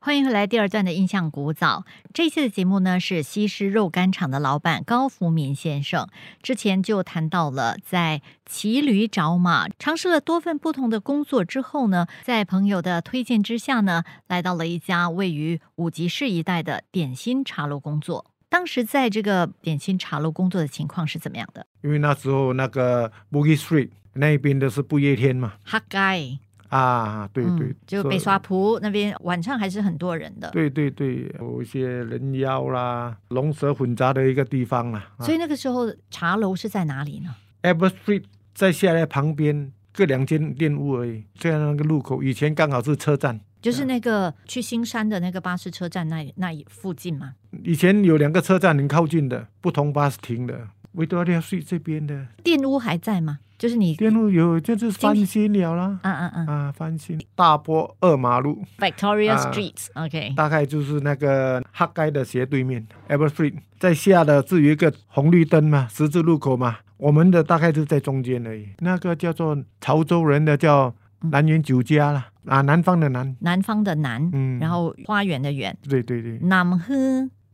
欢迎回来第二段的印象古早。这一期的节目呢是西施肉干厂的老板高福民先生。之前就谈到了，在骑驴找马，尝试了多份不同的工作之后呢，在朋友的推荐之下呢，来到了一家位于五级市一带的点心茶楼工作。当时在这个点心茶楼工作的情况是怎么样的？因为那时候那个 Boogie Street 那一边的是不夜天嘛，哈盖，啊，对对，嗯，就所以北刷浦那边晚上还是很多人的。对对对，有一些人妖啦，龙蛇混杂的一个地方啦。所以那个时候茶楼是在哪里呢？ a b e r Street 再下来旁边各两间店屋而已，这样那个路口以前刚好是车站，就是那个去新山的那个巴士车站那里那一附近嘛。以前有两个车站很靠近的，不同巴士停的。维多利亚 Street 这边的店屋还在吗？就是你，店路有就是翻新了啦。嗯嗯嗯啊，翻新大坡二马路， ，Victoria 啊 Street，OK，、大概就是那个哈街的斜对面 a b e r Street，在下的至于一个红绿灯嘛，十字路口嘛，我们的大概就在中间而已。那个叫做潮州人的叫南园酒家啦，啊，南方的南，南方的南，嗯，然后花园的园，对对对，南河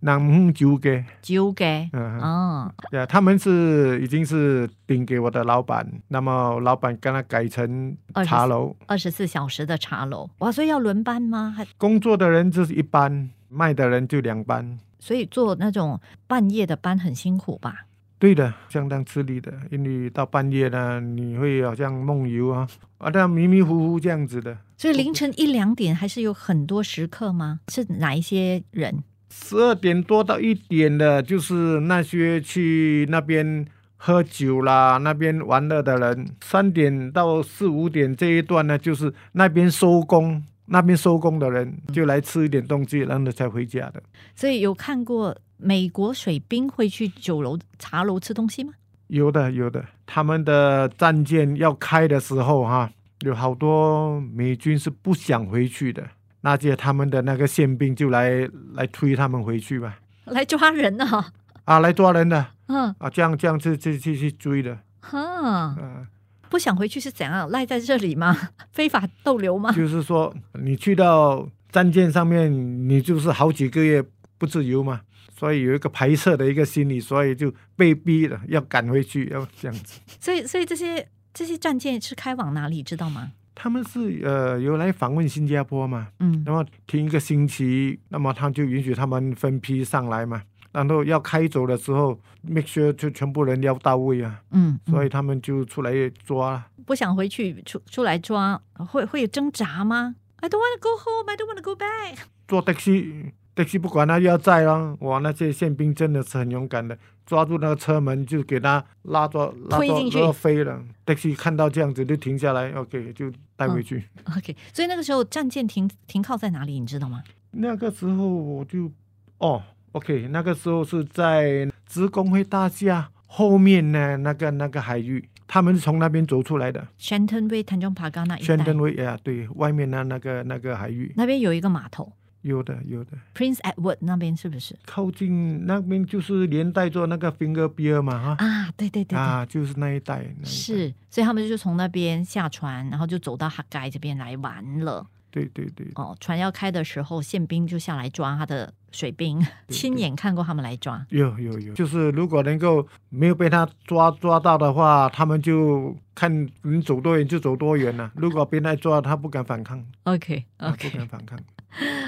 南方酒家，九街。嗯、哦，对啊，他们是已经是顶给我的老板，那么老板跟他改成茶楼，二十四小时的茶楼，哇，所以要轮班吗？还工作的人就是一班，卖的人就两班。所以做那种半夜的班很辛苦吧？对的，相当吃力的，因为到半夜呢，你会好像梦游啊，啊，那迷迷糊糊这样子的。所以凌晨一两点还是有很多食客吗？是哪一些人？十二点多到一点的，就是那些去那边喝酒啦、那边玩乐的人。三点到四五点这一段呢，就是那边收工，那边收工的人就来吃一点东西，然后才回家的。所以有看过美国水兵会去酒楼、茶楼吃东西吗？有的，有的，他们的战舰要开的时候哈、有好多美军是不想回去的，那些他们的那个宪兵就来来推他们回去吧， 来抓人啊！啊，来抓人的 嗯啊，这样这样去去去去追的，哈，啊。不想回去是怎样？赖在这里吗？ 非法逗留吗？就是说你去到战舰上面，你就是好几个月不自由嘛，所以有一个排斥的一个心理，所以就被逼了要赶回去，要这样子。所以，所以这些这些战舰是开往哪里，知道吗？他们是呃有来访问新加坡嘛，嗯那么停一个星期，那么他就允许他们分批上来嘛。然后要开走的时候，make sure 就全部人要到位啊，嗯，所以以他们就出来抓了。不想回去出出来抓，会会有挣扎吗？I don't want to go home. I don't want to go back. 坐的士，的士不管他要载啦，哇，那些宪兵真的是很勇敢的，抓住那个车门就给他拉着拉推着进去拉飞了。的士看到这样子就停下来，OK 就带回去。 OK，所以那个时候战舰停停靠在哪里，你知道吗？那个时候我就哦，OK，那个时候是在职工会大厦后面呢那个那个海域，他们是从那边走出来的，宣腾威、坦中帕嘎那一宣带，登威啊，对外面的那个那个海域，那边有一个码头有的有的， ，Prince Edward 那边是不是？靠近那边就是连带着那个 finger beer 嘛哈。啊，对对对对，啊，就是那一带，那一带，是，所以他们就从那边下船，然后就走到哈盖这边来玩了。对对对，哦，船要开的时候，宪兵就下来抓他的水兵，对亲眼看过他们来抓。有有有，就是如果能够没有被他抓抓到的话，他们就看能走多远就走多远了、啊如果被他抓，他不敢反抗， OK 他不 OK，敢反抗。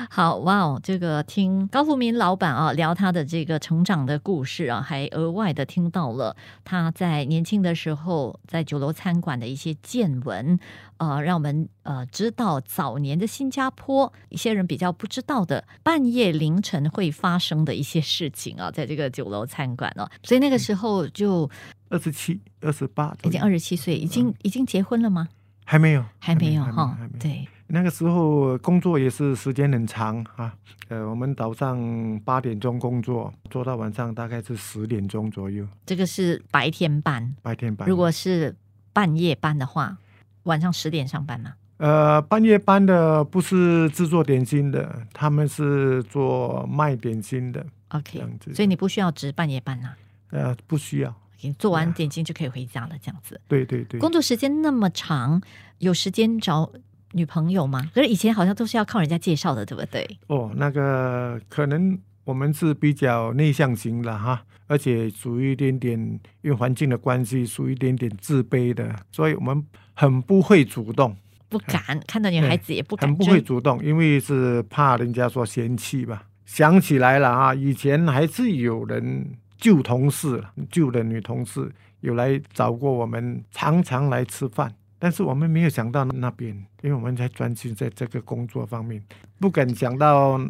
好哇哦，这个听高富民老板啊聊他的这个成长的故事啊，还额外的听到了他在年轻的时候在酒楼餐馆的一些见闻，呃，让我们呃知道早年的新加坡一些人比较不知道的半夜凌晨会发生的一些事情啊，在这个酒楼餐馆哦、所以那个时候就二十七、二十八，已经二十七岁，已经已经结婚了吗？还没有，还没有还哈还没，有对，那个时候工作也是时间很长啊，呃，我们早上八点钟工作，做到晚上大概是十点钟左右，这个是白天班，白天班。如果是半夜班的话，晚上十点上班嘛。呃，半夜班的不是制作点心的，他们是做卖点心的。这 OK，样子所以你不需要值半夜班啦、呃，不需要。你做完点心就可以回家了，这样子。对对对，工作时间那么长，有时间找女朋友吗？可是以前好像都是要靠人家介绍的，对不对？哦，那个可能我们是比较内向型的哈，而且属于一点点因为环境的关系，属于一点点自卑的，所以我们很不会主动，不敢看到女孩子也不敢很不追会，主动，因为是怕人家说嫌弃吧。想起来了啊，以前还是有人旧同事、旧的女同事有来找过我们，常常来吃饭，但是我们没有想到那边，因为我们在专心在这个工作方面，不敢想到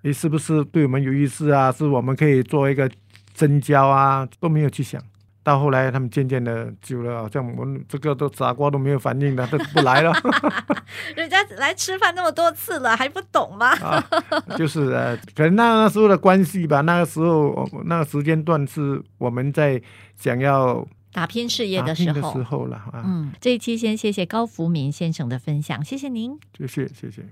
你是不是对我们有意思啊，是我们可以做一个深交啊，都没有去想。到后来，他们渐渐的久了，好像我们这个都傻瓜都没有反应了，都不来了。人家来吃饭那么多次了，还不懂吗？啊，就是呃，可能那时候的关系吧，那个时候我那个时间段是我们在想要打拼事业 打的拼时的候，嗯时候了啊，嗯，这一期先谢谢高福明先生的分享，谢谢您。就谢谢谢。